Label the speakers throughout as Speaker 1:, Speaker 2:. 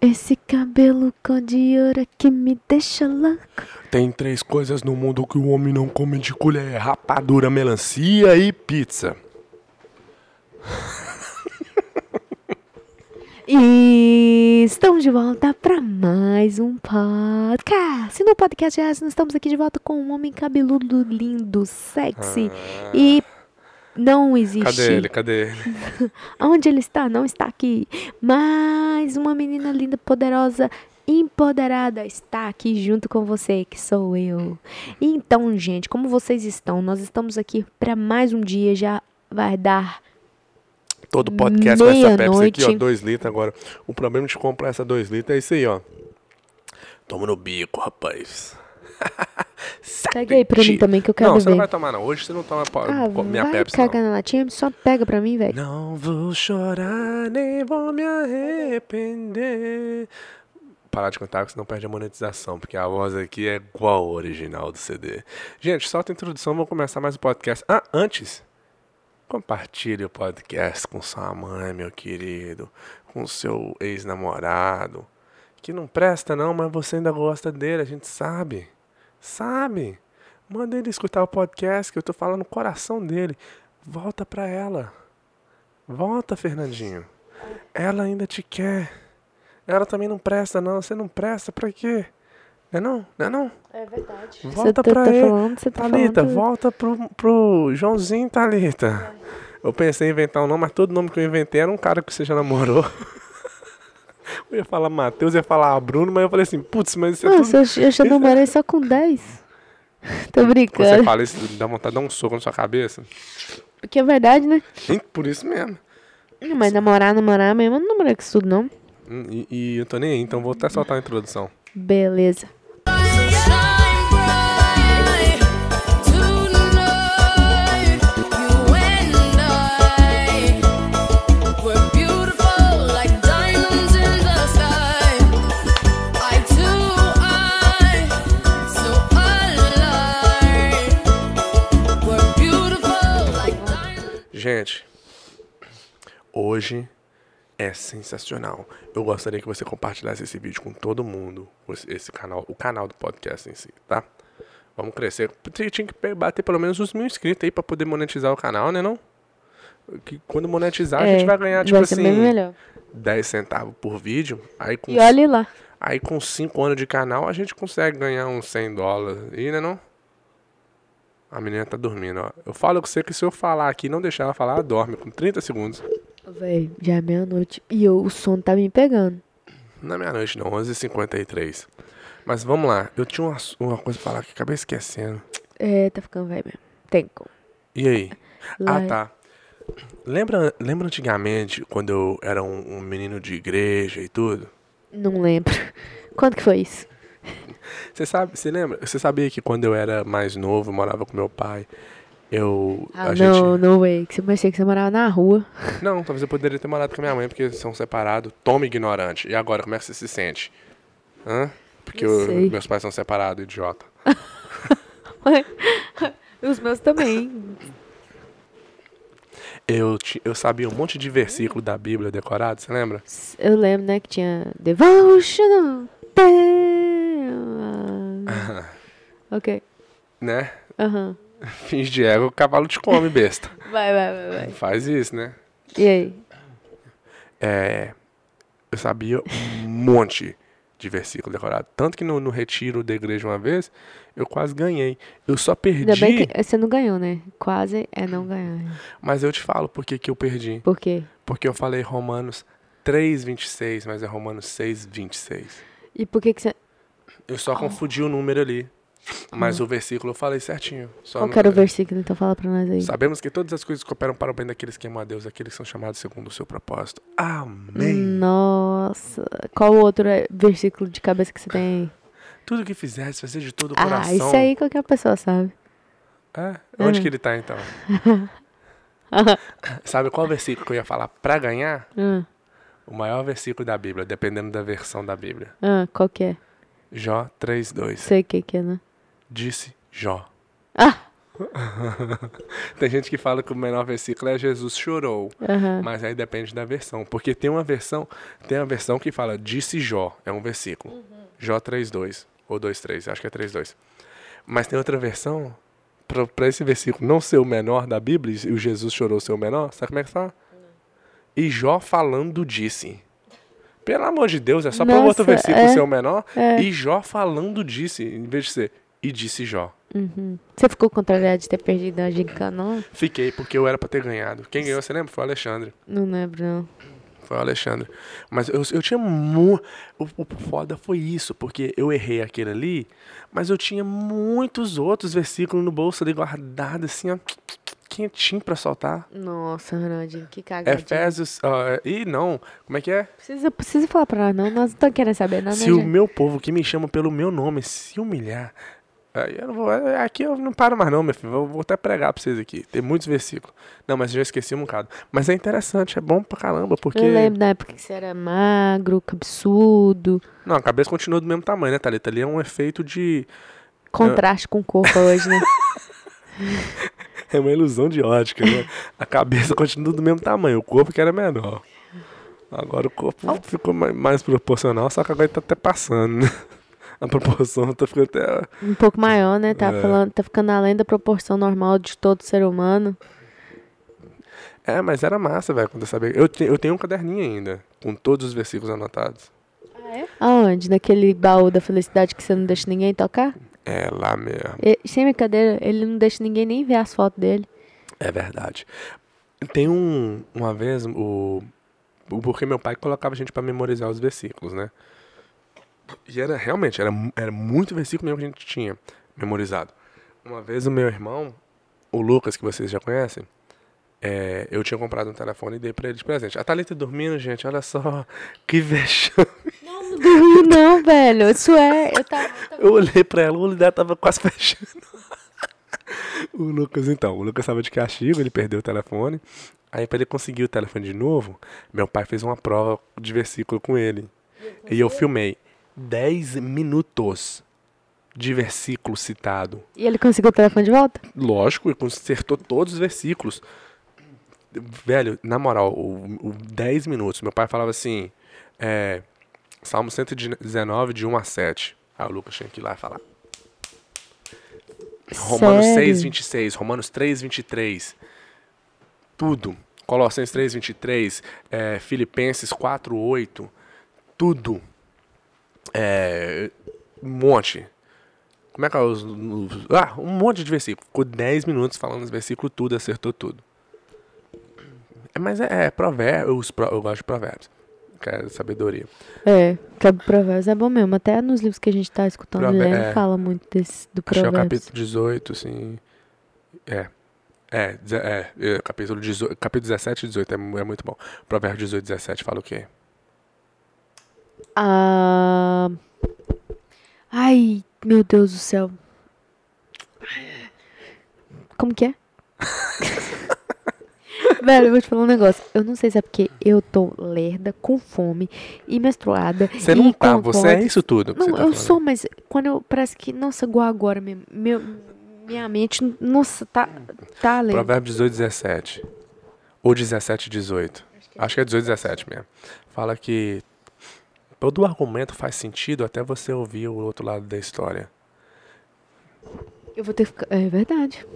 Speaker 1: Esse cabelo cor de ouro que me deixa louco.
Speaker 2: Tem três coisas no mundo que o homem não come de colher: é rapadura, melancia e pizza.
Speaker 1: E estamos de volta para mais um podcast. No podcast nós estamos aqui de volta com um homem cabeludo, lindo, sexy e não existe.
Speaker 2: Ah. Cadê ele? Cadê ele?
Speaker 1: Onde ele está? Não está aqui. Mas uma menina linda, poderosa, empoderada está aqui junto com você, que sou eu. Então, gente, como vocês estão? Nós estamos aqui para mais um dia. Já vai dar.
Speaker 2: Todo podcast com essa Pepsi aqui, ó,
Speaker 1: Meia-noite.
Speaker 2: 2 litros agora. O problema de comprar essa 2 litros é isso aí, ó. Toma no bico, rapaz.
Speaker 1: Pega aí pra mim também que eu quero
Speaker 2: não,
Speaker 1: ver.
Speaker 2: você não vai tomar, não. Hoje você não toma pa-
Speaker 1: Ah,
Speaker 2: co- minha
Speaker 1: vai
Speaker 2: Pepsi. não.
Speaker 1: cagar na latinha, só pega pra mim, velho.
Speaker 2: Não vou chorar, nem vou me arrepender. Parar de cantar, que senão perde a monetização, porque a voz aqui é igual a original do CD. Gente, solta a introdução, vamos começar mais o podcast. Ah, antes, compartilhe o podcast com sua mãe, meu querido, com seu ex-namorado, que não presta não, mas você ainda gosta dele, a gente sabe. Sabe? Manda ele escutar o podcast que eu tô falando no coração dele. Volta pra ela. Volta, Fernandinho. Ela ainda te quer. Ela também não presta, não. Você não presta pra quê? Não é não? Não é não?
Speaker 1: É verdade. Você
Speaker 2: Volta
Speaker 1: tá,
Speaker 2: pra
Speaker 1: tá
Speaker 2: ele.
Speaker 1: falando, você tá
Speaker 2: Thalita,
Speaker 1: falando.
Speaker 2: volta pro, pro Joãozinho, Thalita. Eu pensei em inventar um nome, mas todo nome que eu inventei era um cara que você já namorou. Eu ia falar Matheus, ia falar Bruno, mas eu falei assim, putz, mas isso é tudo...
Speaker 1: Nossa, eu, eu já namorei só com 10. Tô
Speaker 2: Quando você
Speaker 1: brincando.
Speaker 2: fala isso, dá vontade de dar um soco na sua cabeça.
Speaker 1: Porque é verdade, né?
Speaker 2: Sim, Por isso mesmo.
Speaker 1: Mas namorar, namorar mesmo, eu não namorei com isso tudo, não.
Speaker 2: Hum, E, e eu tô nem aí, então vou até soltar a introdução.
Speaker 1: Beleza.
Speaker 3: Shine bright tonight. You and I were beautiful like diamonds in the sky. Eye to eye, so alive. We're beautiful like diamonds.
Speaker 2: Gente, hoje é sensacional. Eu gostaria que você compartilhasse esse vídeo com todo mundo, esse- esse canal, o canal do podcast em si, tá? Vamos crescer. Tinha tinha que pe- bater pelo menos uns mil inscritos aí pra poder monetizar o canal, né não? Que quando monetizar, a gente
Speaker 1: É,
Speaker 2: vai ganhar, tipo
Speaker 1: vai ser
Speaker 2: assim,
Speaker 1: bem melhor.
Speaker 2: 10 centavos por vídeo. Aí com,
Speaker 1: E olhe lá.
Speaker 2: aí com 5 anos de canal, a gente consegue ganhar uns 100 dólares aí, né não? A menina tá dormindo, ó. Eu falo com você que se eu falar aqui e não deixar ela falar, ela dorme com 30 segundos.
Speaker 1: Véi, já é meia-noite e eu, o sono tá me pegando.
Speaker 2: Na meia-noite não, 11h53. Mas vamos lá, eu tinha uma, uma coisa pra falar que acabei esquecendo.
Speaker 1: É, tá ficando velho mesmo. Tem como.
Speaker 2: E aí?
Speaker 1: Lá-
Speaker 2: Ah, tá. Lembra, lembra antigamente, quando eu era um, um menino de igreja e tudo?
Speaker 1: Não lembro. Quanto que foi isso?
Speaker 2: Você sabe, você lembra? Você sabia que quando eu era mais novo, eu morava com meu pai, eu...
Speaker 1: Ah, não,
Speaker 2: gente...
Speaker 1: não way. Que você pensei que você morava na rua.
Speaker 2: Não, talvez eu poderia ter morado com a minha mãe, porque eles são separados. Toma, ignorante. E agora, como é que você se sente? Hã? Porque
Speaker 1: Não
Speaker 2: eu-
Speaker 1: sei.
Speaker 2: meus pais são separados, idiota.
Speaker 1: Os meus também.
Speaker 2: Eu, ti- eu sabia um monte de versículo da Bíblia decorado, você lembra?
Speaker 1: Eu lembro, né, que tinha Devotional Time. ok,
Speaker 2: Né?
Speaker 1: aham.
Speaker 2: Fins de ego, o cavalo te come, besta.
Speaker 1: Vai, vai, vai, vai.
Speaker 2: Faz isso, né?
Speaker 1: E aí?
Speaker 2: É, eu sabia um monte de versículo decorado. Tanto que no, no retiro da igreja uma vez, eu quase ganhei. Eu só
Speaker 1: Ainda
Speaker 2: perdi,
Speaker 1: bem que você não ganhou, né? Quase é não ganhar.
Speaker 2: mas eu te falo por que que eu perdi.
Speaker 1: Por quê?
Speaker 2: Porque eu falei Romanos 3,26, mas é Romanos 6,26.
Speaker 1: E por que, que você.
Speaker 2: Eu só
Speaker 1: Ah.
Speaker 2: confundi o número ali. Mas o versículo eu falei certinho. Só
Speaker 1: Hum. Qual
Speaker 2: não-
Speaker 1: que era o versículo? Então fala pra nós aí.
Speaker 2: Sabemos que todas as coisas cooperam para o bem daqueles que amam a Deus, aqueles que são chamados segundo o seu propósito.
Speaker 1: Hum.
Speaker 2: Amém.
Speaker 1: Nossa. Qual outro é- versículo de cabeça que você tem aí?
Speaker 2: Tudo que fizeres, fazer de todo o coração.
Speaker 1: Ah, isso aí Hum. qualquer pessoa sabe.
Speaker 2: É? Onde que ele tá então? Sabe qual versículo que eu ia falar para ganhar?
Speaker 1: Ah,
Speaker 2: O maior versículo da Bíblia, dependendo da versão da Bíblia.
Speaker 1: ah, qual que é?
Speaker 2: Jó 3:2.
Speaker 1: Sei o que que é, né?
Speaker 2: Disse Jó.
Speaker 1: Ah!
Speaker 2: tem gente que fala que o menor versículo é Jesus chorou.
Speaker 1: Aham.
Speaker 2: Mas aí depende da versão. Porque tem uma versão, tem uma versão que fala disse Jó, é um versículo.
Speaker 1: Uhum.
Speaker 2: Jó 3.2 ou 2.3, acho que é 3.2. Mas tem outra versão, pra, pra esse versículo não ser o menor da Bíblia, e o Jesus chorou ser o menor, sabe como é que fala? E Jó falando disse. Pelo amor de Deus, é só para
Speaker 1: Nossa,
Speaker 2: outro versículo
Speaker 1: é.
Speaker 2: ser o menor. E Jó falando disse, em vez de ser, e disse Jó.
Speaker 1: Você ficou contrariado de ter perdido a gincana, não?
Speaker 2: Fiquei, porque eu era pra ter ganhado. Quem ganhou, você lembra? Foi o Alexandre.
Speaker 1: Não lembro, não.
Speaker 2: Foi o Alexandre. Mas eu, eu tinha muito. O, o foda foi isso, porque eu errei aquele ali, mas eu tinha muitos outros versículos no bolso ali guardado, assim, ó, quentinho pra soltar.
Speaker 1: Nossa, Ronaldinho,
Speaker 2: É
Speaker 1: que cagadinha.
Speaker 2: Efésios. ah, ih, não. Como é que é?
Speaker 1: Precisa, precisa falar pra nós, não. Nós não estamos querendo saber, não, né,
Speaker 2: Se o
Speaker 1: gente?
Speaker 2: meu povo que me chama pelo meu nome se humilhar. Aí eu não vou. é, Aqui eu não paro mais, não, meu filho. Vou, vou até pregar pra vocês aqui. Tem muitos versículos. Não, mas eu já esqueci um bocado. Mas é interessante, é bom pra caramba, porque.
Speaker 1: Eu lembro da época que você era magro, absurdo.
Speaker 2: Não, a cabeça continua do mesmo tamanho, né, Thalita? Ali é um efeito de.
Speaker 1: Contraste com o corpo hoje, né?
Speaker 2: É uma ilusão de ótica, né? A cabeça continua do mesmo tamanho, o corpo que era menor. Agora o corpo ficou mai- mais proporcional, só que agora ele tá até passando, né? A proporção tá ficando até.
Speaker 1: Um pouco maior, né? Tá,
Speaker 2: É.
Speaker 1: falando, tá ficando além da proporção normal de todo ser humano.
Speaker 2: É, mas era massa, velho, quando eu sabia. Eu, te- eu tenho um caderninho ainda, com todos os versículos anotados.
Speaker 1: Aonde? Naquele baú da felicidade que você não deixa ninguém tocar?
Speaker 2: É lá mesmo.
Speaker 1: E- sem brincadeira, ele não deixa ninguém nem ver as fotos dele.
Speaker 2: É verdade. Tem um. Uma vez, o. o- Porque meu pai colocava a gente pra memorizar os versículos, né? E era realmente, era, mu- era muito versículo mesmo que a gente tinha memorizado. Uma vez o meu irmão, o Lucas, que vocês já conhecem, é, eu tinha comprado um telefone e dei pra ele de presente. A Thalita dormindo, gente, olha só, que vexame.
Speaker 1: Dormiu não, velho. Isso é. Eu tava. eu tava-
Speaker 2: Eu olhei pra ela, o olho dela tava quase fechando. o Lucas, então, o Lucas tava de castigo, ele perdeu o telefone. Aí, pra ele conseguir o telefone de novo, meu pai fez uma prova de versículo com ele. E eu filmei 10 minutos de versículo citado.
Speaker 1: E ele conseguiu o telefone de volta?
Speaker 2: Lógico, ele consertou todos os versículos. Velho, na moral, o, o 10 minutos. Meu pai falava assim: é, Salmo 119, de 1 a 7. Aí o Lucas tinha que ir lá e falar. Romanos
Speaker 1: Sério?
Speaker 2: 6, 26, Romanos 3, 23. Tudo. Colossenses 3, 23. é, Filipenses 4, 8. Tudo. É, um monte. Como é que é os, os- Ah, um monte de versículo. Ficou 10 minutos falando os versículos, tudo, acertou tudo. É, Mas é, é provérbios, eu gosto de provérbios. Que é sabedoria.
Speaker 1: É. Que provérbios é bom mesmo. Até nos livros que a gente tá escutando,
Speaker 2: Prover-
Speaker 1: lendo,
Speaker 2: é.
Speaker 1: fala muito desse, do
Speaker 2: Achei o
Speaker 1: provérbios.
Speaker 2: capítulo 18, assim. É. É, deze- é, é, capítulo, 18, capítulo 17 e 18 é, mu- é muito bom. Provérbio 18 17 fala o quê?
Speaker 1: Ah. Ai, meu Deus do céu. Como que é? Velho, eu vou te falar um negócio. Eu não sei se é porque eu tô lerda, com fome e menstruada.
Speaker 2: Você
Speaker 1: e
Speaker 2: não tá,
Speaker 1: com
Speaker 2: você é
Speaker 1: vontade-
Speaker 2: isso tudo. que
Speaker 1: Não,
Speaker 2: você
Speaker 1: eu
Speaker 2: tá falando.
Speaker 1: sou, mas quando eu. Parece que. Nossa, igual agora mesmo. Meu, minha mente. Nossa, tá. Tá lendo.
Speaker 2: Provérbio 18 17. Ou 17 18. Acho que é 18 17 mesmo. Fala que todo argumento faz sentido até você ouvir o outro lado da história.
Speaker 1: Eu vou ter que ficar. É verdade.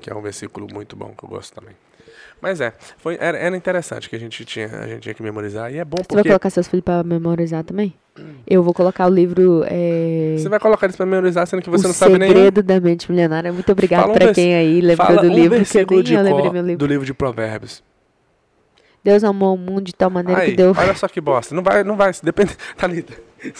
Speaker 2: que é um versículo muito bom que eu gosto também. Mas é, foi, era, era interessante que a gente tinha, a gente tinha que memorizar e é bom
Speaker 1: Você vai
Speaker 2: porque
Speaker 1: colocar seus filhos pra memorizar também? Eu vou colocar o livro. É...
Speaker 2: você vai colocar eles para memorizar sendo que você
Speaker 1: o
Speaker 2: não sabe nem
Speaker 1: Segredo da Mente Milionária. Muito obrigada
Speaker 2: Fala um
Speaker 1: pra
Speaker 2: vers-
Speaker 1: quem aí lembrou
Speaker 2: fala
Speaker 1: do
Speaker 2: um
Speaker 1: livro, porque
Speaker 2: versículo
Speaker 1: nem
Speaker 2: de
Speaker 1: eu lembrei
Speaker 2: cor
Speaker 1: meu livro.
Speaker 2: do livro de Provérbios.
Speaker 1: Deus amou o mundo de tal maneira
Speaker 2: Aí,
Speaker 1: que deu.
Speaker 2: olha só que bosta, não vai, não vai, depende, Thalita.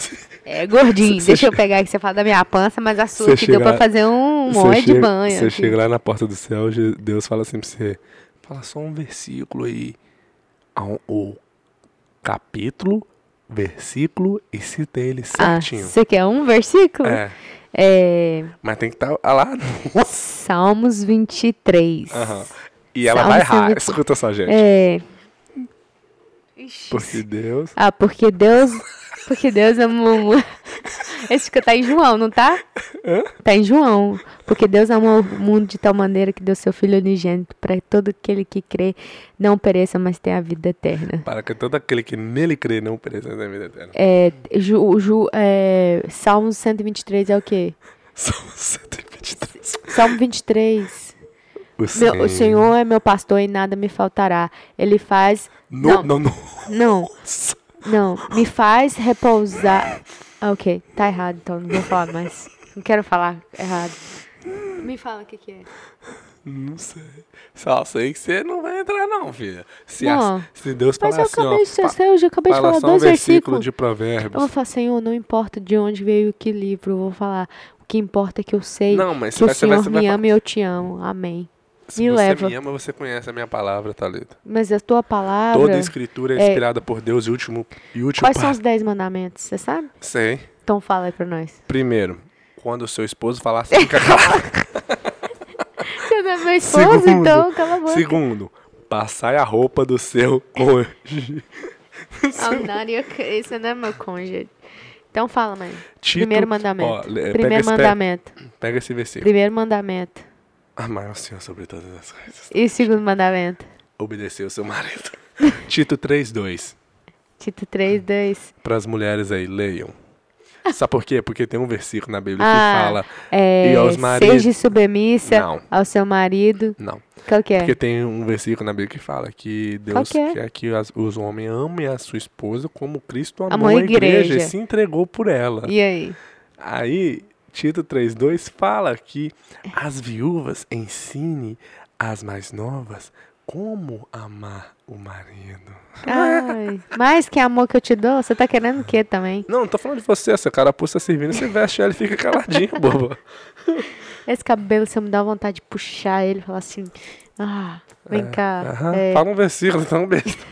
Speaker 1: É gordinho,
Speaker 2: Você
Speaker 1: deixa eu pegar que você fala da minha pança, mas a sua
Speaker 2: Você
Speaker 1: que deu
Speaker 2: chega
Speaker 1: pra
Speaker 2: lá-
Speaker 1: fazer um
Speaker 2: Você
Speaker 1: monte de
Speaker 2: chega-
Speaker 1: banho.
Speaker 2: Você
Speaker 1: aqui.
Speaker 2: chega lá na porta do céu, Je- Deus fala assim pra você: fala só um versículo aí. A um- O capítulo, versículo e cita ele
Speaker 1: Ah,
Speaker 2: certinho.
Speaker 1: você quer um versículo?
Speaker 2: é,
Speaker 1: É,
Speaker 2: mas tem que estar lá.
Speaker 1: Salmos 23.
Speaker 2: Aham. E ela
Speaker 1: Salmo
Speaker 2: vai errar.
Speaker 1: 120.
Speaker 2: Escuta só, gente.
Speaker 1: É.
Speaker 2: Porque Deus.
Speaker 1: Ah, porque Deus. Porque Deus amou. mu- Esse que tá em João, não tá? Tá em João. Porque Deus amou o mundo de tal maneira que deu seu Filho unigênito para todo aquele que crê não pereça, mas tenha a vida eterna.
Speaker 2: Para que todo aquele que nele crê não pereça na vida eterna.
Speaker 1: É, Ju, Ju, é, Salmo 123 é o quê?
Speaker 2: Salmo 123.
Speaker 1: Salmo 23.
Speaker 2: O
Speaker 1: Meu,
Speaker 2: Senhor.
Speaker 1: o Senhor é meu pastor e nada me faltará. Ele faz...
Speaker 2: No,
Speaker 1: não,
Speaker 2: não, não.
Speaker 1: não,
Speaker 2: Nossa.
Speaker 1: não. Me faz repousar... Ah, ok, tá errado, então não vou falar mais. Não quero falar errado. Me fala o que que é.
Speaker 2: Não sei. Só sei que você não vai entrar, não, filha. Se,
Speaker 1: Não.
Speaker 2: as- se Deus
Speaker 1: Mas
Speaker 2: falar
Speaker 1: eu
Speaker 2: assim, ó.
Speaker 1: acabei de
Speaker 2: fa-
Speaker 1: eu já acabei de
Speaker 2: fala
Speaker 1: falar
Speaker 2: só um
Speaker 1: dois
Speaker 2: versículo
Speaker 1: versículos.
Speaker 2: de um
Speaker 1: Eu vou
Speaker 2: provérbios.
Speaker 1: falar, Senhor, não importa de onde veio que livro, eu vou falar. O que importa é que eu sei
Speaker 2: Não, mas
Speaker 1: que o
Speaker 2: você
Speaker 1: Senhor
Speaker 2: vai- você vai
Speaker 1: me
Speaker 2: falar-
Speaker 1: ama e eu te amo. Amém.
Speaker 2: Se
Speaker 1: me
Speaker 2: você
Speaker 1: leva.
Speaker 2: me ama, você conhece a minha palavra, Thalita.
Speaker 1: Mas a tua palavra.
Speaker 2: Toda escritura é
Speaker 1: é-
Speaker 2: inspirada por Deus e último e último
Speaker 1: Quais são os dez mandamentos? Você sabe?
Speaker 2: Sei.
Speaker 1: Então fala aí pra nós.
Speaker 2: Primeiro, quando o seu esposo falar assim, cala
Speaker 1: Você não é meu esposo,
Speaker 2: Segundo.
Speaker 1: então cala a boca.
Speaker 2: Segundo, passai a roupa do seu cônjuge.
Speaker 1: I'm not your co- Esse não é meu cônjuge. Então fala, mãe.
Speaker 2: Tito-
Speaker 1: Primeiro mandamento.
Speaker 2: ó, le- pega
Speaker 1: Primeiro
Speaker 2: esse- pe-
Speaker 1: mandamento.
Speaker 2: Pega esse versículo.
Speaker 1: Primeiro mandamento.
Speaker 2: Amar o Senhor sobre todas as coisas.
Speaker 1: E segundo mandamento.
Speaker 2: Obedecer o seu marido. Tito 3.2.
Speaker 1: Tito 3, 2.
Speaker 2: Para as mulheres aí, leiam. Sabe por quê? Porque tem um versículo na Bíblia
Speaker 1: Ah,
Speaker 2: que fala...
Speaker 1: É,
Speaker 2: E aos maridos-
Speaker 1: Seja submissa
Speaker 2: Não.
Speaker 1: ao seu marido.
Speaker 2: Não.
Speaker 1: Qual que é?
Speaker 2: Porque tem um versículo na Bíblia que fala que Deus
Speaker 1: que é?
Speaker 2: quer que as- os homens amem a sua esposa como Cristo amou,
Speaker 1: Amou a
Speaker 2: a igreja,
Speaker 1: igreja.
Speaker 2: e se entregou por ela.
Speaker 1: E aí?
Speaker 2: Aí, Tito 3.2 fala que as viúvas ensine as mais novas como amar o marido.
Speaker 1: Ai, mais que amor que eu te dou, você tá querendo o quê também?
Speaker 2: Não, não tô falando de você, essa carapuça servindo, você veste ela e fica caladinha, boba.
Speaker 1: Esse cabelo, você me dá vontade de puxar ele e falar assim: Ah, vem cá.
Speaker 2: Aham,
Speaker 1: é,
Speaker 2: Fala um versículo, então besta.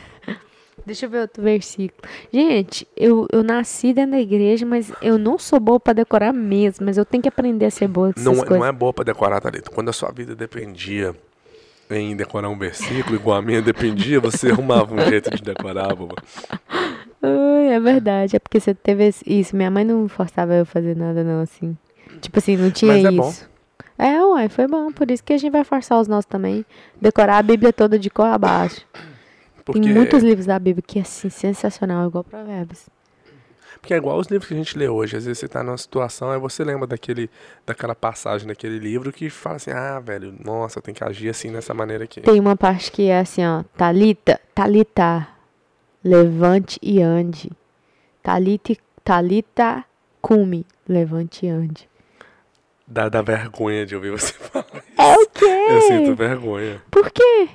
Speaker 1: deixa eu ver outro versículo. Gente, eu, eu nasci dentro da igreja, mas eu não sou boa pra decorar mesmo. Mas eu tenho que aprender a ser boa com
Speaker 2: Não,
Speaker 1: essas
Speaker 2: é- não
Speaker 1: coisas.
Speaker 2: é boa pra decorar, Thalita. Quando a sua vida dependia em decorar um versículo, igual a minha dependia, você arrumava um jeito de decorar, boba.
Speaker 1: Ai, é verdade. É porque você teve esse- isso. Minha mãe não forçava eu fazer nada, não, assim. Tipo assim, não tinha
Speaker 2: Mas é bom.
Speaker 1: isso. É, uai, foi bom. Por isso que a gente vai forçar os nossos também. Decorar a Bíblia toda de cor abaixo.
Speaker 2: Porque,
Speaker 1: Tem muitos livros da Bíblia que é assim, sensacional, igual provérbios.
Speaker 2: porque é igual os livros que a gente lê hoje. Às vezes você tá numa situação, aí você lembra daquele, daquela passagem daquele livro que fala assim, ah, velho, nossa, eu tenho que agir assim, nessa maneira aqui.
Speaker 1: Tem uma parte que é assim, ó. Talita, Talita, levante e ande. Talita, Talita, cume, levante e ande.
Speaker 2: Dá, dá vergonha de ouvir você falar.
Speaker 1: É o quê?
Speaker 2: Eu sinto vergonha.
Speaker 1: Por quê?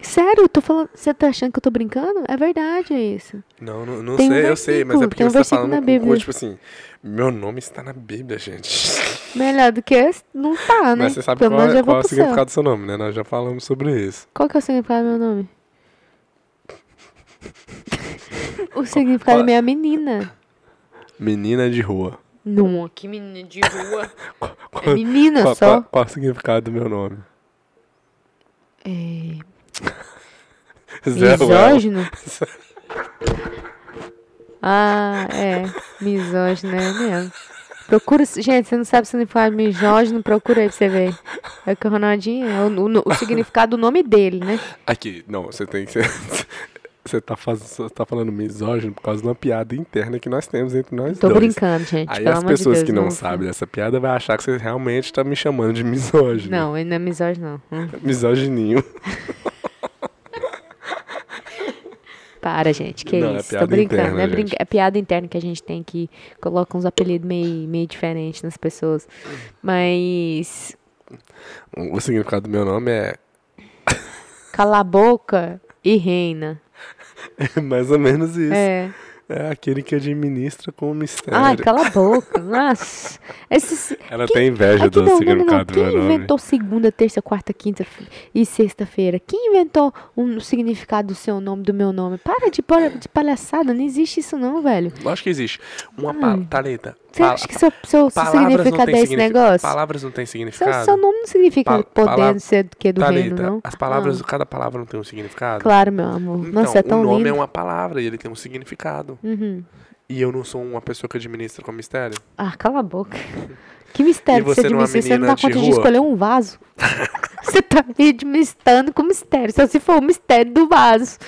Speaker 1: Sério, eu tô falando. Você tá achando que eu tô brincando? É verdade isso.
Speaker 2: Não, não, não
Speaker 1: Tem um
Speaker 2: sei, eu sei, mas é
Speaker 1: versículo,
Speaker 2: porque
Speaker 1: tem um
Speaker 2: você tá
Speaker 1: versículo
Speaker 2: falando
Speaker 1: na
Speaker 2: com
Speaker 1: Bíblia.
Speaker 2: coisa, tipo assim, meu nome está na Bíblia, gente.
Speaker 1: Melhor do que esse, não tá, né?
Speaker 2: Mas você sabe
Speaker 1: Pelo
Speaker 2: qual,
Speaker 1: menos
Speaker 2: é,
Speaker 1: eu vou
Speaker 2: qual é o
Speaker 1: pro céu.
Speaker 2: significado do seu nome, né? Nós já falamos sobre isso.
Speaker 1: Qual que é o significado do meu nome? o significado
Speaker 2: qual-
Speaker 1: é minha menina.
Speaker 2: Menina de rua.
Speaker 1: Não, que menina de rua.
Speaker 2: Qual,
Speaker 1: É menina
Speaker 2: qual-
Speaker 1: só.
Speaker 2: Qual, qual é o significado do meu nome?
Speaker 1: É...
Speaker 2: Zero ela.
Speaker 1: Misógino? ah, é. Misógino, é mesmo. Procura, gente, você não sabe o significado de misógino, procura aí pra você ver. É que o Ronaldinho é o, o- o significado do nome dele, né?
Speaker 2: Aqui, não, você tem que ser. Você tá, faz, você tá falando misógino por causa de uma piada interna que nós temos entre nós
Speaker 1: Tô
Speaker 2: dois.
Speaker 1: brincando, gente.
Speaker 2: Então, Aí
Speaker 1: pelo
Speaker 2: as
Speaker 1: amor de
Speaker 2: pessoas
Speaker 1: Deus,
Speaker 2: que não, sabem dessa piada vai achar que você realmente tá me chamando de misógino.
Speaker 1: Não, ele não é misógino, não. Hum,
Speaker 2: Misogininho.
Speaker 1: Para, gente, que
Speaker 2: Não, é
Speaker 1: isso. Tô
Speaker 2: piada
Speaker 1: brincando.
Speaker 2: interna,
Speaker 1: é, brinca-
Speaker 2: gente.
Speaker 1: é piada interna que a gente tem que coloca uns apelidos meio, meio diferentes nas pessoas. Mas.
Speaker 2: O o significado do meu nome é
Speaker 1: Cala a boca e reina.
Speaker 2: é mais ou menos isso. É,
Speaker 1: É.
Speaker 2: aquele que administra com mistério.
Speaker 1: Ai, cala a boca. Nossa. Esses,
Speaker 2: Ela
Speaker 1: Quem-
Speaker 2: tem inveja
Speaker 1: aqui
Speaker 2: do
Speaker 1: é não, não, não, não.
Speaker 2: Tá significado né, do
Speaker 1: Quem
Speaker 2: meu nome.
Speaker 1: inventou segunda, terça, quarta, quinta f- e sexta-feira? Quem inventou um significado do seu nome, do meu nome? Para de, palha- de palhaçada, não existe isso não, velho.
Speaker 2: Lógico que existe. Uma palavra. Taleta.
Speaker 1: Você
Speaker 2: pa-
Speaker 1: acha que seu, seu, seu
Speaker 2: palavras não
Speaker 1: significado
Speaker 2: têm
Speaker 1: é esse
Speaker 2: signifi-
Speaker 1: negócio?
Speaker 2: Palavras não têm
Speaker 1: Seu,
Speaker 2: significado.
Speaker 1: seu nome não significa
Speaker 2: Pal-
Speaker 1: poder
Speaker 2: palavra-
Speaker 1: ser do que do reino,
Speaker 2: Thalita,
Speaker 1: não?
Speaker 2: tá, as palavras,
Speaker 1: Ah,
Speaker 2: cada palavra não tem um significado?
Speaker 1: claro, meu amor.
Speaker 2: Então,
Speaker 1: Nossa, é tão
Speaker 2: o nome
Speaker 1: lindo. Uhum.
Speaker 2: é uma palavra e ele tem um significado. E eu não sou uma pessoa que administra com mistério.
Speaker 1: Ah, cala a boca. Que mistério
Speaker 2: E
Speaker 1: que você
Speaker 2: você não é
Speaker 1: administra. Você não dá
Speaker 2: menina de
Speaker 1: conta de
Speaker 2: rua?
Speaker 1: escolher um vaso. você tá me administrando com mistério. Só se for o mistério do vaso.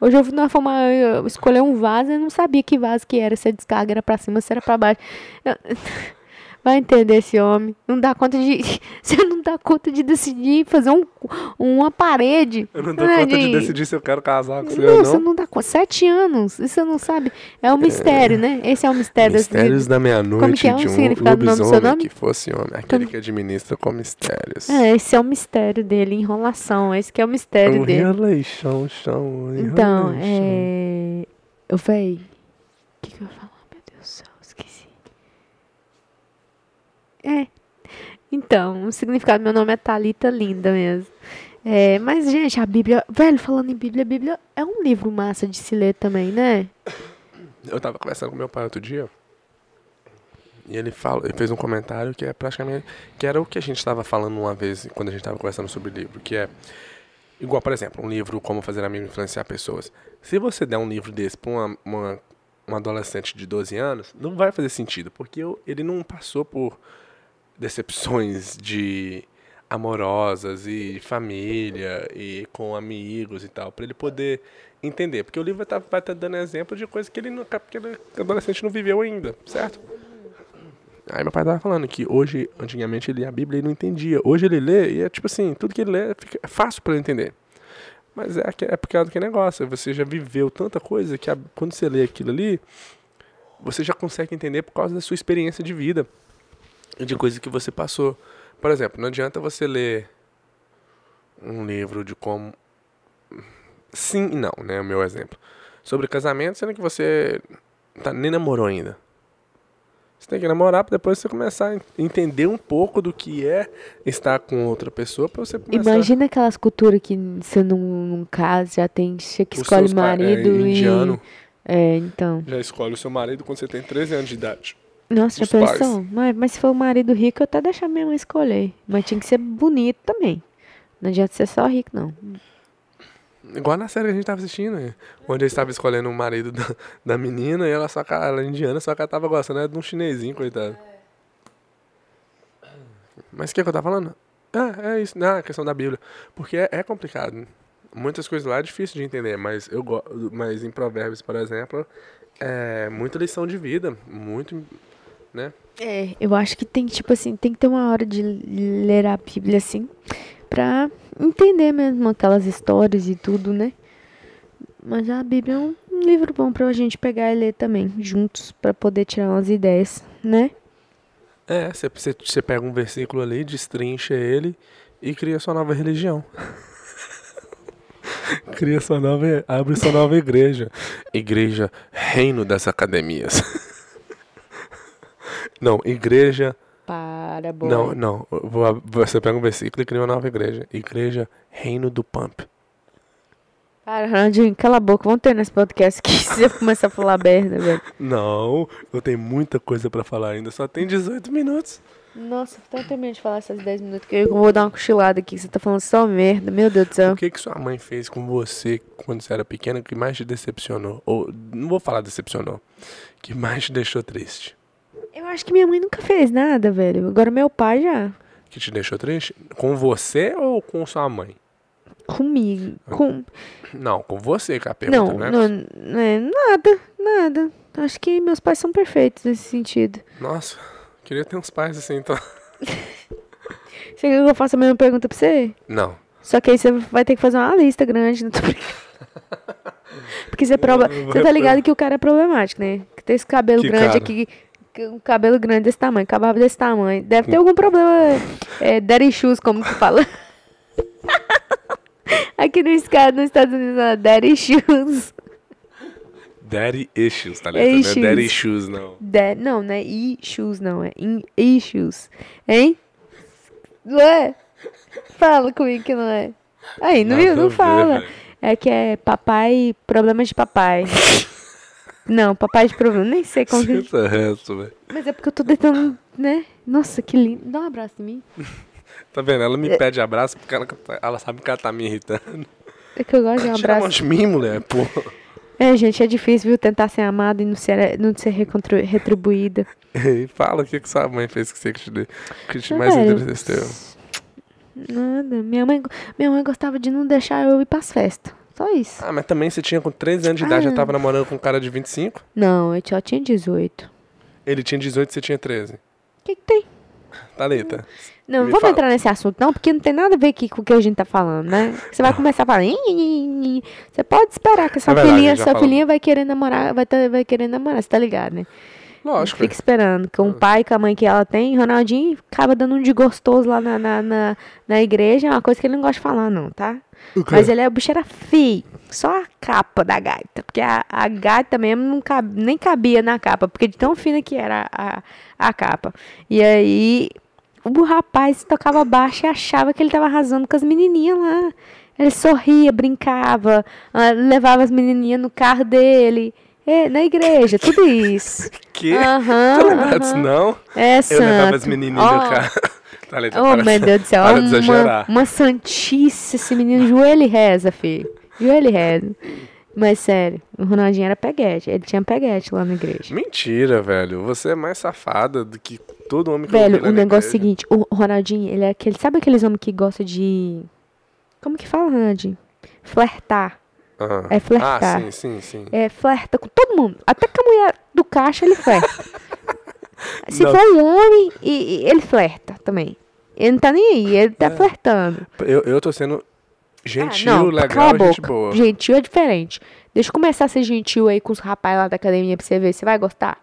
Speaker 1: Hoje eu vi numa forma eu escolher um vaso eu não sabia que vaso que era. Se a descarga era pra cima, se era pra baixo. Eu- Vai entender esse homem. Não dá conta de. Você não dá conta de decidir fazer um, uma parede.
Speaker 2: Eu não dou
Speaker 1: Ah,
Speaker 2: conta de decidir se eu quero casar com você
Speaker 1: Não,
Speaker 2: ou
Speaker 1: você
Speaker 2: não.
Speaker 1: não dá conta. Sete anos. Isso você não sabe. É um mistério, né? Esse é o mistério das
Speaker 2: Mistérios da
Speaker 1: Como
Speaker 2: meia-noite
Speaker 1: que é o
Speaker 2: de um
Speaker 1: significado do nome do seu
Speaker 2: lobisomem
Speaker 1: nome?
Speaker 2: que fosse homem. Aquele que administra com mistérios.
Speaker 1: É, esse é o mistério dele, enrolação. Esse que é o mistério
Speaker 2: Um
Speaker 1: dele.
Speaker 2: relaxão, chão,
Speaker 1: Então,
Speaker 2: relaxão.
Speaker 1: é. Eu véi. O que, que eu ia falar? Meu Deus do céu, esqueci. É. Então, o significado do meu nome é Thalita Linda mesmo. É, mas, gente, a Bíblia. Velho, falando em Bíblia, a Bíblia é um livro massa de se ler também, né?
Speaker 2: Eu tava conversando com meu pai outro dia. E ele falou, ele fez um comentário que é praticamente que era o que a gente estava falando uma vez quando a gente estava conversando sobre livro, que é igual, por exemplo, um livro como fazer amigo influenciar pessoas. Se você der um livro desse para uma, uma um adolescente de 12 anos, não vai fazer sentido, porque eu- ele não passou por decepções de amorosas e família e com amigos e tal, para ele poder entender, porque o livro vai estar vai tá dando exemplo de coisa que ele não, que aquele adolescente não viveu ainda, certo? Aí meu pai tava falando que hoje, antigamente, ele lia a Bíblia e não entendia. Hoje ele lê e é tipo assim, tudo que ele lê fica é fácil para ele entender. Mas é, aque- é porque é aquele negócio, você já viveu tanta coisa que a- quando você lê aquilo ali, você já consegue entender por causa da sua experiência de vida e de coisas que você passou. Por exemplo, não adianta você ler um livro de como sim e não, né? O meu exemplo. Sobre casamento, sendo que você tá, nem namorou ainda. Você tem que namorar pra depois você começar a en- entender um pouco do que é estar com outra pessoa pra você começar.
Speaker 1: Imagina aquelas culturas que você não, não casa, já tem. Você que
Speaker 2: Os
Speaker 1: escolhe
Speaker 2: seus pa- é,
Speaker 1: marido e.
Speaker 2: indiano.
Speaker 1: É, então.
Speaker 2: Já escolhe o seu marido quando você tem 13 anos de idade.
Speaker 1: Nossa,
Speaker 2: Os
Speaker 1: já
Speaker 2: pais.
Speaker 1: pensou? Mas, mas se for um marido rico, eu até deixava minha mãe escolher. Mas tinha que ser bonito também. Não adianta ser só rico, não.
Speaker 2: Igual na série que a gente tava assistindo, né? onde eu estava escolhendo o marido da, da menina e ela só ca- ela é indiana, só que ela tava gostando era de um chinesinho, coitado. Mas o que, que eu tava falando? Ah, é isso, na questão da Bíblia. Porque é, é complicado. Muitas coisas lá é difícil de entender, mas eu go- mas em Provérbios, por exemplo, é muita lição de vida, muito, né?
Speaker 1: É, eu acho que tem, tipo assim, tem que ter uma hora de ler a Bíblia, assim, pra entender mesmo aquelas histórias e tudo, né? Mas a Bíblia é um um livro bom pra gente pegar e ler também, juntos, pra poder tirar umas ideias, né?
Speaker 2: É, você- você você pega um versículo ali, destrincha ele e cria sua nova religião. cria sua nova. abre sua nova igreja. Igreja Reino das Academias. Não, igreja.
Speaker 1: Para, boa.
Speaker 2: Não, não. vou ab- Você pega um versículo e cria uma nova igreja. Igreja Reino do Pump.
Speaker 1: Para, Randinho, cala a boca. Vamos ter nesse podcast que você começa a falar merda, velho.
Speaker 2: Não, eu tenho muita coisa pra falar ainda. Só tem 18 minutos.
Speaker 1: Nossa, então eu terminei de falar essas 10 minutos que eu vou dar uma cochilada aqui, que você tá falando só merda, meu Deus do céu.
Speaker 2: O que que sua mãe fez com você quando você era pequena que mais te decepcionou? Ou não vou falar decepcionou, que mais te deixou triste?
Speaker 1: Eu acho que minha mãe nunca fez nada, velho. Agora meu pai já.
Speaker 2: Que te deixou triste? Com você ou com sua mãe?
Speaker 1: Comigo. Com...
Speaker 2: Não, com você que é a pergunta,
Speaker 1: Não,
Speaker 2: né?
Speaker 1: não, não é nada, nada. Acho que meus pais são perfeitos nesse sentido.
Speaker 2: Nossa, queria ter uns pais assim, então.
Speaker 1: Você quer que eu faça a mesma pergunta pra você?
Speaker 2: Não.
Speaker 1: Só que aí você vai ter que fazer uma lista grande, não tô brincando. Porque você, é proba...
Speaker 2: Não, não
Speaker 1: você tá
Speaker 2: vai pra-
Speaker 1: ligado que o cara é problemático, né? Que tem esse cabelo
Speaker 2: Que
Speaker 1: grande
Speaker 2: cara?
Speaker 1: aqui, que um cabelo grande desse tamanho, cabelo desse tamanho. Deve
Speaker 2: Hum.
Speaker 1: ter algum problema, é, daddy shoes, como tu fala. aqui no escada, nos Estados Unidos, é daddy shoes.
Speaker 2: Daddy issues, tá ligado?
Speaker 1: Issues.
Speaker 2: Não é daddy issues, não.
Speaker 1: Da- Não, não é issues, não, é in- issues. Hein? Não é? Fala comigo que não é. Aí, não
Speaker 2: Nada
Speaker 1: viu?
Speaker 2: a
Speaker 1: Não
Speaker 2: ver,
Speaker 1: fala.
Speaker 2: velho.
Speaker 1: É que é papai, problemas de papai. Não, papai de problema, nem sei como que...
Speaker 2: Senta reto, velho.
Speaker 1: Mas é porque eu tô tentando, né? Nossa, que lindo. Dá um abraço em mim.
Speaker 2: Tá vendo? Ela me pede abraço porque ela, ela sabe que ela tá me irritando.
Speaker 1: É que eu gosto de um
Speaker 2: Tira a mão
Speaker 1: abraço.
Speaker 2: de mim, mulher, pô.
Speaker 1: É, gente, é difícil, viu? Tentar ser amada e não ser, não ser recontru- retribuída.
Speaker 2: E fala o que, que sua mãe fez que você que te, deu- que te
Speaker 1: Ah,
Speaker 2: mais
Speaker 1: velho,
Speaker 2: entristeceu.
Speaker 1: Nada. Minha mãe, minha mãe gostava de não deixar eu ir pras festas. Só isso.
Speaker 2: Ah, mas também você tinha com 13 anos de idade, já tava namorando com um cara de 25?
Speaker 1: Não, eu só tinha 18.
Speaker 2: Ele tinha 18 e você tinha 13.
Speaker 1: O que, que tem?
Speaker 2: Thalita.
Speaker 1: Não,
Speaker 2: Me
Speaker 1: não vamos
Speaker 2: fala.
Speaker 1: entrar nesse assunto, não, porque não tem nada a ver aqui com o que a gente tá falando, né? Você vai começar a falar. "Ih, ih, ih, ih". Você pode esperar que a sua
Speaker 2: Ah. É verdade,
Speaker 1: filhinha,
Speaker 2: já
Speaker 1: sua
Speaker 2: falou.
Speaker 1: filhinha vai querer namorar, vai, tá- vai querer namorar, você tá ligado, né?
Speaker 2: Lógico.
Speaker 1: Fica esperando. Com o pai, com a mãe que ela tem, Ronaldinho acaba dando um de gostoso lá na, na, na, na igreja. É uma coisa que ele não gosta de falar, não, tá? Mas ele é o bicho era feio. Só a capa da gaita. Porque a, a gaita mesmo não cab- nem cabia na capa. Porque de tão fina que era a, a capa. E aí o rapaz tocava baixo e achava que ele tava arrasando com as menininhas lá. Ele sorria, brincava, ah, levava as menininhas no carro dele. é, na igreja, tudo isso.
Speaker 2: Que?
Speaker 1: Aham,
Speaker 2: Tá lembrado disso,
Speaker 1: aham.
Speaker 2: não? Oh.
Speaker 1: É,
Speaker 2: Eu levava as
Speaker 1: santo.
Speaker 2: menininhas
Speaker 1: Ó,
Speaker 2: no carro. Thalita,
Speaker 1: Oh,
Speaker 2: para-
Speaker 1: meu Deus do céu.
Speaker 2: Para de
Speaker 1: uma,
Speaker 2: exagerar.
Speaker 1: uma santice esse menino. Joelho e reza, filho. Joelho e reza. Mas sério, o Ronaldinho era peguete. Ele tinha peguete lá na igreja.
Speaker 2: Mentira, velho. Você é mais safada do que todo homem que eu
Speaker 1: Velho,
Speaker 2: vi lá
Speaker 1: o
Speaker 2: na
Speaker 1: negócio é o
Speaker 2: igreja.
Speaker 1: seguinte. O Ronaldinho, ele é aquele... Sabe aqueles homens que gostam de... Como que fala, Ronaldinho? Flertar.
Speaker 2: Aham.
Speaker 1: é flertar.
Speaker 2: Ah, sim, sim, sim.
Speaker 1: É, flerta com todo mundo. Até com a mulher do caixa, ele flerta. Se
Speaker 2: Não.
Speaker 1: for um homem, e- e ele flerta também. Ele não tá nem aí, ele
Speaker 2: É.
Speaker 1: tá flertando.
Speaker 2: Eu, eu tô sendo
Speaker 1: Ah,
Speaker 2: gentil,
Speaker 1: não, cala a
Speaker 2: legal, gente
Speaker 1: boca.
Speaker 2: boa.
Speaker 1: Gentil é diferente. Deixa eu começar a ser gentil aí com os rapazes lá da academia pra você ver. Você vai gostar?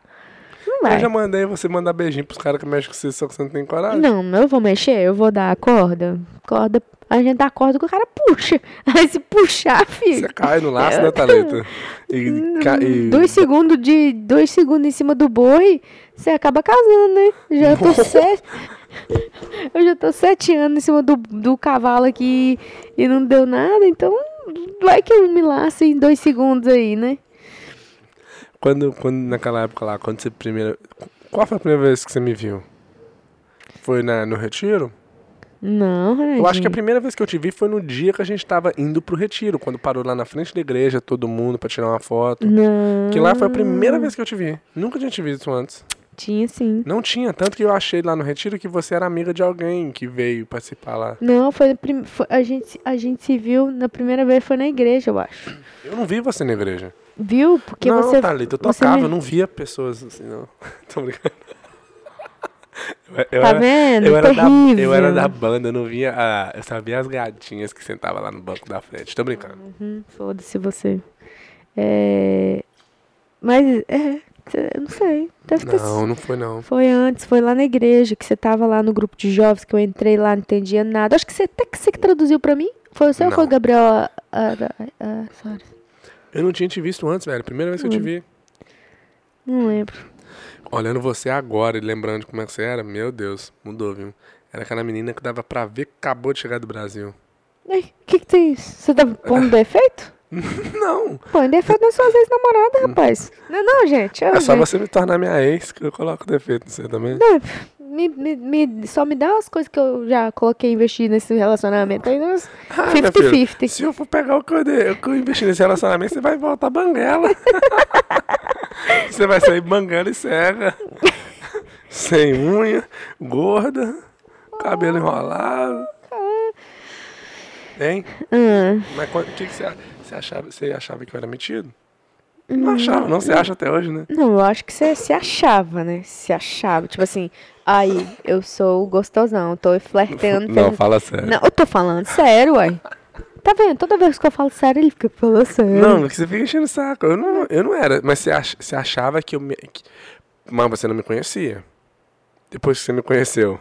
Speaker 1: Não
Speaker 2: Eu
Speaker 1: vai.
Speaker 2: já mandei você mandar beijinho pros caras que mexem com você, só que você não tem coragem.
Speaker 1: Não, eu vou mexer, eu vou dar a corda. Corda. A gente dá a corda que o cara puxa. Aí se puxar,
Speaker 2: Você
Speaker 1: filho.
Speaker 2: cai no laço, né, Thalita? E, ca- e-
Speaker 1: Dois segundos de. Dois segundos em cima do boi, você acaba casando, né? Já tô sete. Eu já tô sete anos em cima do, do cavalo aqui e não deu nada, então vai que eu me laço em dois segundos aí, né?
Speaker 2: Quando, quando, naquela época lá, quando você primeira... Qual foi a primeira vez que você me viu? Foi na, no retiro?
Speaker 1: Não, Ronaldinho.
Speaker 2: Eu acho que é a primeira vez que eu te vi foi no dia que a gente tava indo pro retiro, quando parou lá na frente da igreja, todo mundo pra tirar uma foto.
Speaker 1: Não.
Speaker 2: Que lá foi a primeira vez que eu te vi. Nunca tinha te visto antes.
Speaker 1: Tinha sim.
Speaker 2: Não tinha, tanto que eu achei lá no retiro que você era amiga de alguém que veio participar lá.
Speaker 1: Não, foi, a prim- foi- a, gente, a gente se viu na primeira vez, foi na igreja, eu acho.
Speaker 2: Eu não vi você na igreja.
Speaker 1: Viu? Porque
Speaker 2: não,
Speaker 1: você.
Speaker 2: Thalita, eu
Speaker 1: você
Speaker 2: tocava,
Speaker 1: me- Tá
Speaker 2: eu não via pessoas assim, não. Tô brincando. Eu- eu
Speaker 1: Tá
Speaker 2: era-
Speaker 1: vendo?
Speaker 2: Eu era, da,
Speaker 1: Terrível.
Speaker 2: eu era da banda, eu não via. a- eu só via as gatinhas que sentavam lá no banco da frente. Tô brincando.
Speaker 1: Hum, Foda-se você. É. Mas, é. cê- Eu não sei. Deve ter sido.
Speaker 2: Não, não foi não.
Speaker 1: Foi antes, foi lá na igreja que você tava lá no grupo de jovens que eu entrei lá, não entendia nada. Acho que você até que você que traduziu pra mim. Foi você ou
Speaker 2: Não.
Speaker 1: foi o Gabriel? Ah, ah, ah, sorry.
Speaker 2: Eu não tinha te visto antes, velho. Primeira vez que eu te
Speaker 1: Hum.
Speaker 2: vi.
Speaker 1: Não lembro.
Speaker 2: Olhando você agora e lembrando de como é que você era, meu Deus, mudou, viu? Era aquela menina que dava pra ver que acabou de chegar do Brasil.
Speaker 1: O que, que tem isso? Você tá pondo defeito?
Speaker 2: Não!
Speaker 1: Põe defeito nas suas ex-namoradas, rapaz. Não, não, gente. Eu,
Speaker 2: É só
Speaker 1: gente.
Speaker 2: você me tornar minha ex que eu coloco defeito no seu também.
Speaker 1: Não, pff, Ah, me, me- me- só me dá as coisas que eu já coloquei e investi nesse relacionamento. Aí nós.
Speaker 2: Ah, meu filho,
Speaker 1: 50-50.
Speaker 2: Se eu for pegar o que eu, dei- o que eu investi nesse relacionamento, você vai voltar banguela. você vai sair banguela e cega. Sem unha, gorda, cabelo enrolado. Hein?
Speaker 1: Ah,
Speaker 2: Mas o que, que você, a- você achava? Você achava que eu era metido? Não achava, não. Você acha até hoje, né?
Speaker 1: não, eu acho que você se achava, né? Se achava. Tipo assim, aí, eu sou o gostosão, tô flertando. fazendo-
Speaker 2: fala sério.
Speaker 1: Não, eu tô falando sério, uai. Tá vendo? Toda vez que eu falo sério, ele fica falando sério.
Speaker 2: Não, que você fica enchendo o saco. Eu não, eu não era. Mas você, ach- você achava que eu me. que- Mas você não me conhecia. Depois que você me conheceu.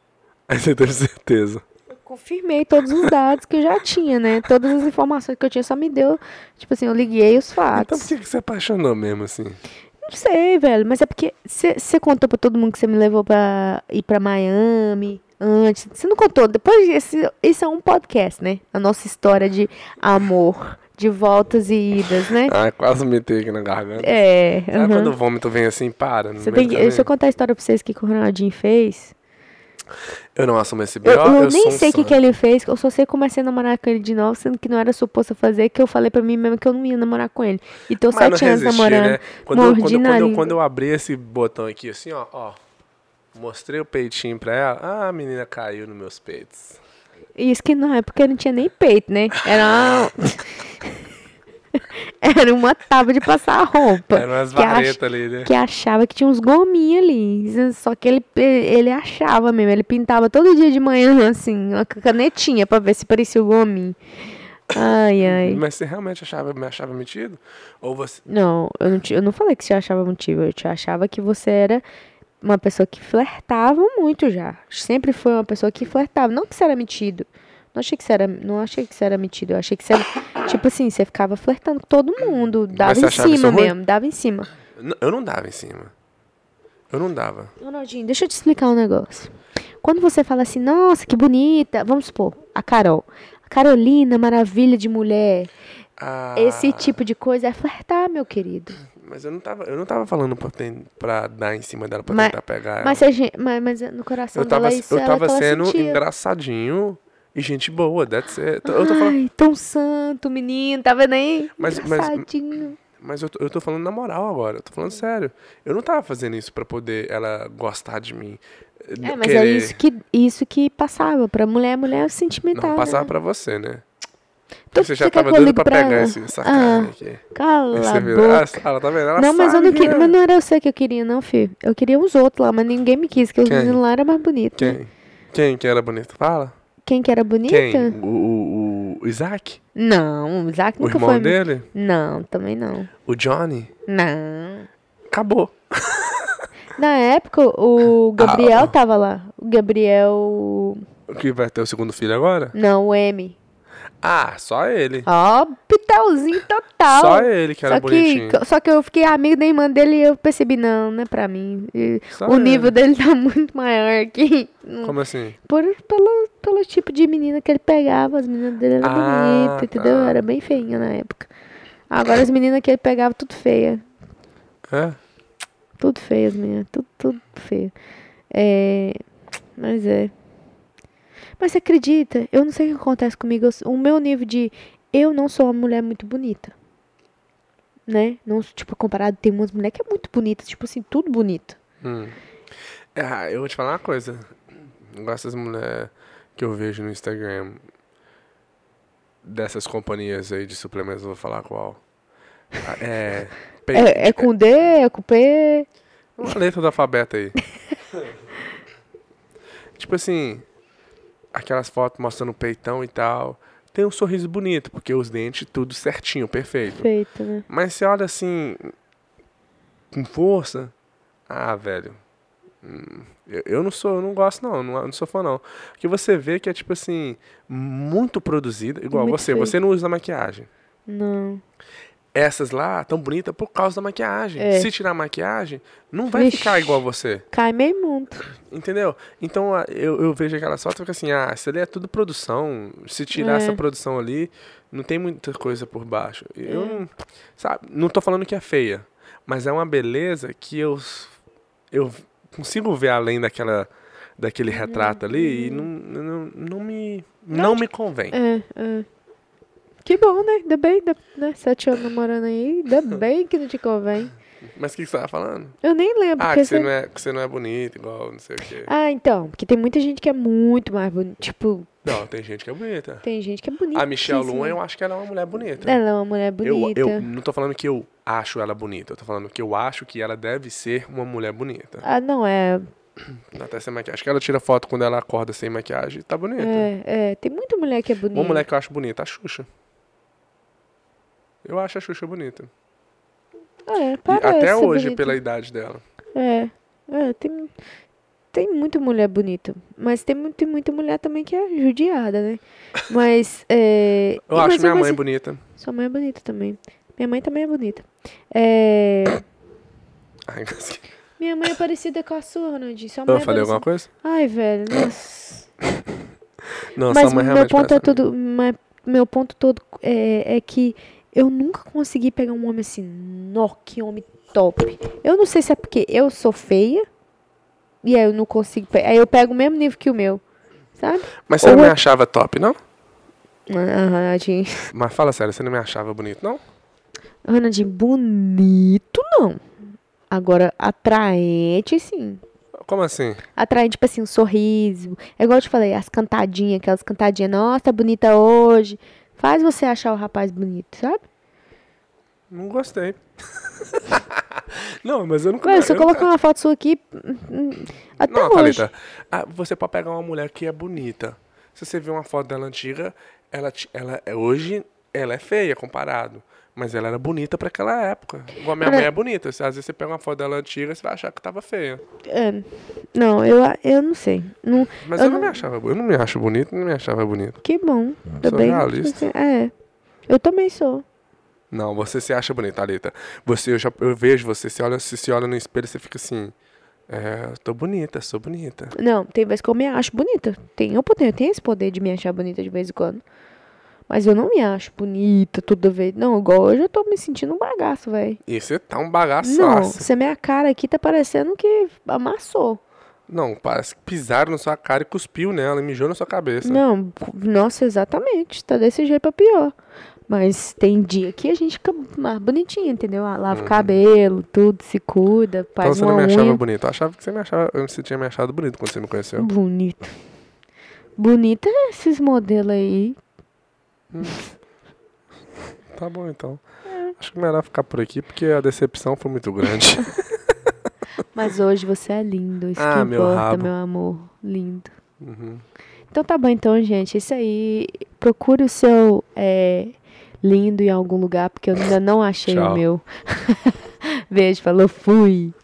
Speaker 2: Aí você teve certeza.
Speaker 1: Confirmei todos os dados que eu já tinha, né? Todas as informações que eu tinha só me deu. Tipo assim, eu liguei os
Speaker 2: Então
Speaker 1: fatos.
Speaker 2: por que que você apaixonou mesmo assim?
Speaker 1: Não sei, velho, mas é porque você contou pra todo mundo que você me levou pra ir pra Miami antes. Você não contou. Depois, esse, esse é um podcast, né? A nossa história de amor, de voltas e idas, né?
Speaker 2: Ah, quase metei aqui na garganta.
Speaker 1: É.
Speaker 2: Sabe
Speaker 1: aham.
Speaker 2: quando o vômito vem assim, para. no
Speaker 1: Você
Speaker 2: meio
Speaker 1: tem
Speaker 2: do
Speaker 1: que, deixa eu
Speaker 2: caminho?
Speaker 1: contar a história pra vocês que o Ronaldinho fez.
Speaker 2: Eu não assumo esse BO,
Speaker 1: Eu,
Speaker 2: eu,
Speaker 1: eu nem
Speaker 2: sou um
Speaker 1: sei o que,
Speaker 2: santo.
Speaker 1: que é ele fez, eu só sei que comecei a namorar com ele de novo, sendo que não era suposto eu fazer, que eu falei pra mim mesmo que eu não ia namorar com ele. E tô
Speaker 2: Mas eu não
Speaker 1: sete anos
Speaker 2: resisti,
Speaker 1: namorando.
Speaker 2: Né? Quando, eu, quando, eu-
Speaker 1: mordi na
Speaker 2: quando, eu,
Speaker 1: língua.
Speaker 2: quando eu abri esse botão aqui, assim, ó, ó. Mostrei o peitinho pra ela. Ah, a menina caiu nos meus peitos.
Speaker 1: Isso que não é porque não tinha nem peito, né? Era uma... Era uma tábua de passar roupa.
Speaker 2: Eram umas
Speaker 1: que ach-
Speaker 2: varetas ali, né?
Speaker 1: Que achava que tinha uns gominhos ali. Só que ele, ele achava mesmo. Ele pintava todo dia de manhã, assim, uma canetinha pra ver se parecia o gominho. Ai, ai.
Speaker 2: Mas você realmente achava, me achava metido? Ou você.
Speaker 1: Não, eu não, te- eu não falei que você achava motivo. Eu te achava que você era uma pessoa que flertava muito já. Sempre foi uma pessoa que flertava. Não que você era metido. Não achei que você era, não achei que você era metido. Eu achei que você era, tipo assim, você ficava flertando com todo mundo. Dava
Speaker 2: você
Speaker 1: em
Speaker 2: achava isso
Speaker 1: cima
Speaker 2: ruim?
Speaker 1: mesmo, dava em cima.
Speaker 2: N- Eu não dava em cima. Eu não dava.
Speaker 1: Ronaldinho, deixa eu te explicar um negócio. Quando você fala assim, nossa, que bonita. Vamos supor, a Carol. A Carolina, maravilha de mulher.
Speaker 2: Ah,
Speaker 1: Esse tipo de coisa é flertar, meu querido.
Speaker 2: Mas eu não tava, eu não tava falando pra, ten- pra dar em cima dela, pra
Speaker 1: Mas-
Speaker 2: tentar pegar ela.
Speaker 1: Mas, se a gente- mas, mas no coração
Speaker 2: eu tava,
Speaker 1: dela isso
Speaker 2: eu
Speaker 1: ela
Speaker 2: tava
Speaker 1: que ela
Speaker 2: sendo
Speaker 1: sentia.
Speaker 2: engraçadinho e gente boa, that's it. Eu tô falando,
Speaker 1: Ai, tão santo, menino, tá vendo aí?
Speaker 2: Mas- mas-
Speaker 1: Engraçadinho.
Speaker 2: mas eu tô, eu tô falando na moral agora, eu tô falando sério. Eu não tava fazendo isso pra poder ela gostar de mim.
Speaker 1: é, mas é isso que, isso que passava. Pra mulher, mulher é sentimental.
Speaker 2: Não, passava
Speaker 1: né?
Speaker 2: pra você, né?
Speaker 1: Então,
Speaker 2: você já
Speaker 1: quer que
Speaker 2: tava
Speaker 1: eu
Speaker 2: doido
Speaker 1: ligue
Speaker 2: pra, pegar
Speaker 1: ela?
Speaker 2: esse, essa
Speaker 1: Ah,
Speaker 2: carne aqui.
Speaker 1: Cala
Speaker 2: Aí
Speaker 1: a
Speaker 2: você vira,
Speaker 1: boca.
Speaker 2: ah, ela tá vendo? Ela
Speaker 1: não, mas eu
Speaker 2: sabe
Speaker 1: não
Speaker 2: que
Speaker 1: queria.
Speaker 2: é.
Speaker 1: Mas não era você que eu queria, não, filho. Eu queria os outros lá, mas ninguém me quis, que os
Speaker 2: Quem?
Speaker 1: meninos lá eram mais bonitos. né?
Speaker 2: Quem? Quem que era bonito? Fala.
Speaker 1: Quem que era bonita?
Speaker 2: Quem? O, o, o Isaac?
Speaker 1: Não, o Isaac
Speaker 2: O
Speaker 1: nunca
Speaker 2: irmão
Speaker 1: foi.
Speaker 2: dele?
Speaker 1: Não, também não.
Speaker 2: O Johnny?
Speaker 1: Não.
Speaker 2: Acabou.
Speaker 1: Na época, o
Speaker 2: Ah,
Speaker 1: Gabriel tava lá. O Gabriel.
Speaker 2: O que vai ter o segundo filho agora?
Speaker 1: Não, o M.
Speaker 2: Ah, só ele.
Speaker 1: Ó, pitauzinho total.
Speaker 2: Só ele que era
Speaker 1: Ah, só
Speaker 2: bonitinho.
Speaker 1: que, só que eu fiquei amigo da irmã dele e eu percebi, não, não é pra mim. E
Speaker 2: Só
Speaker 1: o
Speaker 2: ele.
Speaker 1: nível dele tá muito maior que.
Speaker 2: Como assim?
Speaker 1: Por, pelo, pelo tipo de menina que ele pegava, as meninas dele eram
Speaker 2: Ah,
Speaker 1: bonitas, entendeu?
Speaker 2: tá.
Speaker 1: Era bem feinha na época. Agora as meninas que ele pegava, tudo feia.
Speaker 2: É?
Speaker 1: Tudo feio, as meninas. Tudo, tudo feio. É. Mas é. Mas você acredita? Eu não sei o que acontece comigo. eu s- o meu nível de. Eu não sou uma mulher muito bonita. Né? Não, sou, tipo, comparado, tem umas mulheres que é muito bonita. Tipo assim, tudo bonito.
Speaker 2: Hum. Ah, eu vou te falar uma coisa. Igual essas mulheres que eu vejo no Instagram, dessas companhias aí de suplementos, eu vou falar qual. Ah, É. Pe...
Speaker 1: É, é com D, é com P.
Speaker 2: Uma letra do alfabeto aí. tipo assim, aquelas fotos mostrando o peitão e tal. Tem um sorriso bonito, porque os dentes tudo certinho, perfeito.
Speaker 1: Feito, né?
Speaker 2: Mas você olha assim, com força. Ah, velho. hum, Eu, eu não sou, eu não gosto não, eu não, eu não sou fã não. Porque você vê que é tipo assim, muito produzida, igual
Speaker 1: Muito
Speaker 2: você,
Speaker 1: feio.
Speaker 2: você não usa maquiagem.
Speaker 1: Não.
Speaker 2: Essas lá tão bonitas por causa da maquiagem.
Speaker 1: É.
Speaker 2: Se tirar a maquiagem, não vai
Speaker 1: Vixe.
Speaker 2: ficar igual você.
Speaker 1: Cai meio mundo.
Speaker 2: Entendeu? Então a- eu, eu vejo aquela foto e fico assim, ah, isso ali é tudo produção. Se tirar
Speaker 1: É.
Speaker 2: essa produção ali, não tem muita coisa por baixo. E Eu não. Sabe, não tô falando que é feia. Mas é uma beleza que eu, s- eu consigo ver além daquela, daquele retrato ali e não, não, não me. Não me convém.
Speaker 1: É, é. Que bom, né? Ainda bem, ainda- né? Sete anos namorando aí, ainda bem que não te convém.
Speaker 2: Mas o que, que você tava falando?
Speaker 1: Eu nem lembro.
Speaker 2: Ah,
Speaker 1: porque
Speaker 2: que você,
Speaker 1: você-
Speaker 2: não é, que você não é bonito, igual não sei o quê.
Speaker 1: Ah, então, porque tem muita gente que é muito mais bonita. Tipo,
Speaker 2: Não, tem gente que é bonita.
Speaker 1: tem gente que é bonita.
Speaker 2: A Michelle Luna, eu acho que ela é uma mulher bonita.
Speaker 1: Ela é uma mulher
Speaker 2: Eu,
Speaker 1: bonita.
Speaker 2: eu não tô falando que eu acho ela bonita, eu tô falando que eu acho que ela deve ser uma mulher bonita.
Speaker 1: Ah, não, é,
Speaker 2: Até sem maquiagem. Acho que ela tira foto quando ela acorda sem maquiagem, tá bonita.
Speaker 1: é, é. Tem muita mulher que é bonita.
Speaker 2: Uma mulher que eu acho bonita, a Xuxa. Eu acho a Xuxa bonita.
Speaker 1: É,
Speaker 2: E
Speaker 1: parece
Speaker 2: até hoje,
Speaker 1: bonita.
Speaker 2: pela idade dela.
Speaker 1: É, é, tem, tem muita mulher bonita. Mas tem, mu- tem muita mulher também que é judiada, né? Mas, é...
Speaker 2: Eu
Speaker 1: e-
Speaker 2: acho
Speaker 1: mas
Speaker 2: minha
Speaker 1: uma
Speaker 2: mãe
Speaker 1: coisa-
Speaker 2: bonita.
Speaker 1: Sua mãe é bonita também. Minha mãe também é bonita. É...
Speaker 2: Ai, engasguei.
Speaker 1: Minha mãe é parecida com a sua, Ronaldinho. Sua mãe
Speaker 2: eu
Speaker 1: é
Speaker 2: falei alguma
Speaker 1: parecida-
Speaker 2: coisa?
Speaker 1: Ai, velho, nossa.
Speaker 2: Não,
Speaker 1: mas
Speaker 2: sua
Speaker 1: meu
Speaker 2: mãe realmente
Speaker 1: ponto é
Speaker 2: parece-
Speaker 1: todo, mas meu ponto todo é, é que eu nunca consegui pegar um homem assim, nó, que homem top. Eu não sei se é porque eu sou feia E aí eu não consigo. pe- Aí eu pego o mesmo nível que o meu. Sabe?
Speaker 2: Mas você não
Speaker 1: Ou
Speaker 2: me
Speaker 1: eu-
Speaker 2: achava top, não?
Speaker 1: Ah, Renadinho.
Speaker 2: Mas fala sério, você não me achava bonito, não?
Speaker 1: Renadinho, bonito não. Agora, atraente, sim.
Speaker 2: Como assim?
Speaker 1: Atraente, tipo assim, um sorriso. É igual eu te falei, as cantadinhas, aquelas cantadinhas. Nossa, tá bonita hoje. Faz você achar o rapaz bonito, sabe?
Speaker 2: Não gostei. não, mas eu nunca...
Speaker 1: Ué, se eu
Speaker 2: eu
Speaker 1: colocar uma foto sua aqui. hum, hum, Até
Speaker 2: Não,
Speaker 1: hoje.
Speaker 2: Thalita, ah, você pode pegar uma mulher que é bonita. Se você ver uma foto dela antiga, ela, ti- ela é- hoje ela é feia comparado. Mas ela era bonita pra aquela época. Igual a minha
Speaker 1: Cara-
Speaker 2: mãe é bonita. Às vezes você pega uma foto dela antiga, você vai achar que tava feia.
Speaker 1: É, não, eu, a- eu não sei. Não,
Speaker 2: Mas
Speaker 1: eu
Speaker 2: eu não
Speaker 1: não-
Speaker 2: me achava bo- Eu não me acho bonito, não me achava bonito.
Speaker 1: que bom. Também.
Speaker 2: realista.
Speaker 1: É. Eu também sou.
Speaker 2: Não, você se acha bonita, Thalita. Você, eu, já, eu vejo você, você olha, você se olha no espelho e você fica assim. É, eu tô bonita, sou bonita.
Speaker 1: Não, tem vezes que eu me acho bonita. Tem, eu, poder, eu tenho esse poder de me achar bonita de vez em quando. Mas eu não me acho bonita toda vez. Não, igual hoje eu tô me sentindo um bagaço, velho.
Speaker 2: E você tá um
Speaker 1: Não,
Speaker 2: bagaçaço.
Speaker 1: essa minha cara aqui tá parecendo que amassou.
Speaker 2: Não, parece que pisaram na sua cara e cuspiu nela e mijou na sua cabeça.
Speaker 1: Não, cu- nossa, exatamente. Tá desse jeito pra pior. Mas tem dia que a gente fica mais bonitinha, entendeu? Ah, Lava o cabelo, tudo, se cuida,
Speaker 2: Uhum. Então
Speaker 1: faz
Speaker 2: você não
Speaker 1: uma
Speaker 2: me achava
Speaker 1: unha. Hum.
Speaker 2: bonito. Eu achava que você me achava. eu- Você tinha me achado bonito quando você me conheceu.
Speaker 1: Bonito. Bonito é esses modelos aí.
Speaker 2: Tá bom então. Acho que melhor ficar por aqui porque a decepção foi muito grande.
Speaker 1: Mas hoje você é lindo, isso
Speaker 2: Ah,
Speaker 1: que
Speaker 2: meu
Speaker 1: importa,
Speaker 2: rabo.
Speaker 1: meu amor. Lindo.
Speaker 2: Uhum.
Speaker 1: Então tá bom então, gente. É Isso aí. Procure o seu é, lindo em algum lugar, porque eu ainda não achei
Speaker 2: Tchau.
Speaker 1: o meu. Beijo, falou, fui.